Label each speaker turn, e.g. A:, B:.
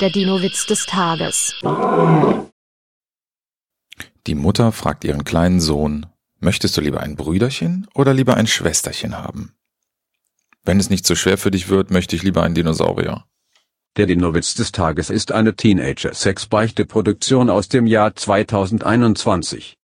A: Der Dino-Witz des Tages.
B: Die Mutter fragt ihren kleinen Sohn, möchtest du lieber ein Brüderchen oder lieber ein Schwesterchen haben? Wenn es nicht so schwer für dich wird, möchte ich lieber einen Dinosaurier.
C: Der Dinowitz des Tages ist eine Teenager-Sex-Beichte-Produktion aus dem Jahr 2021.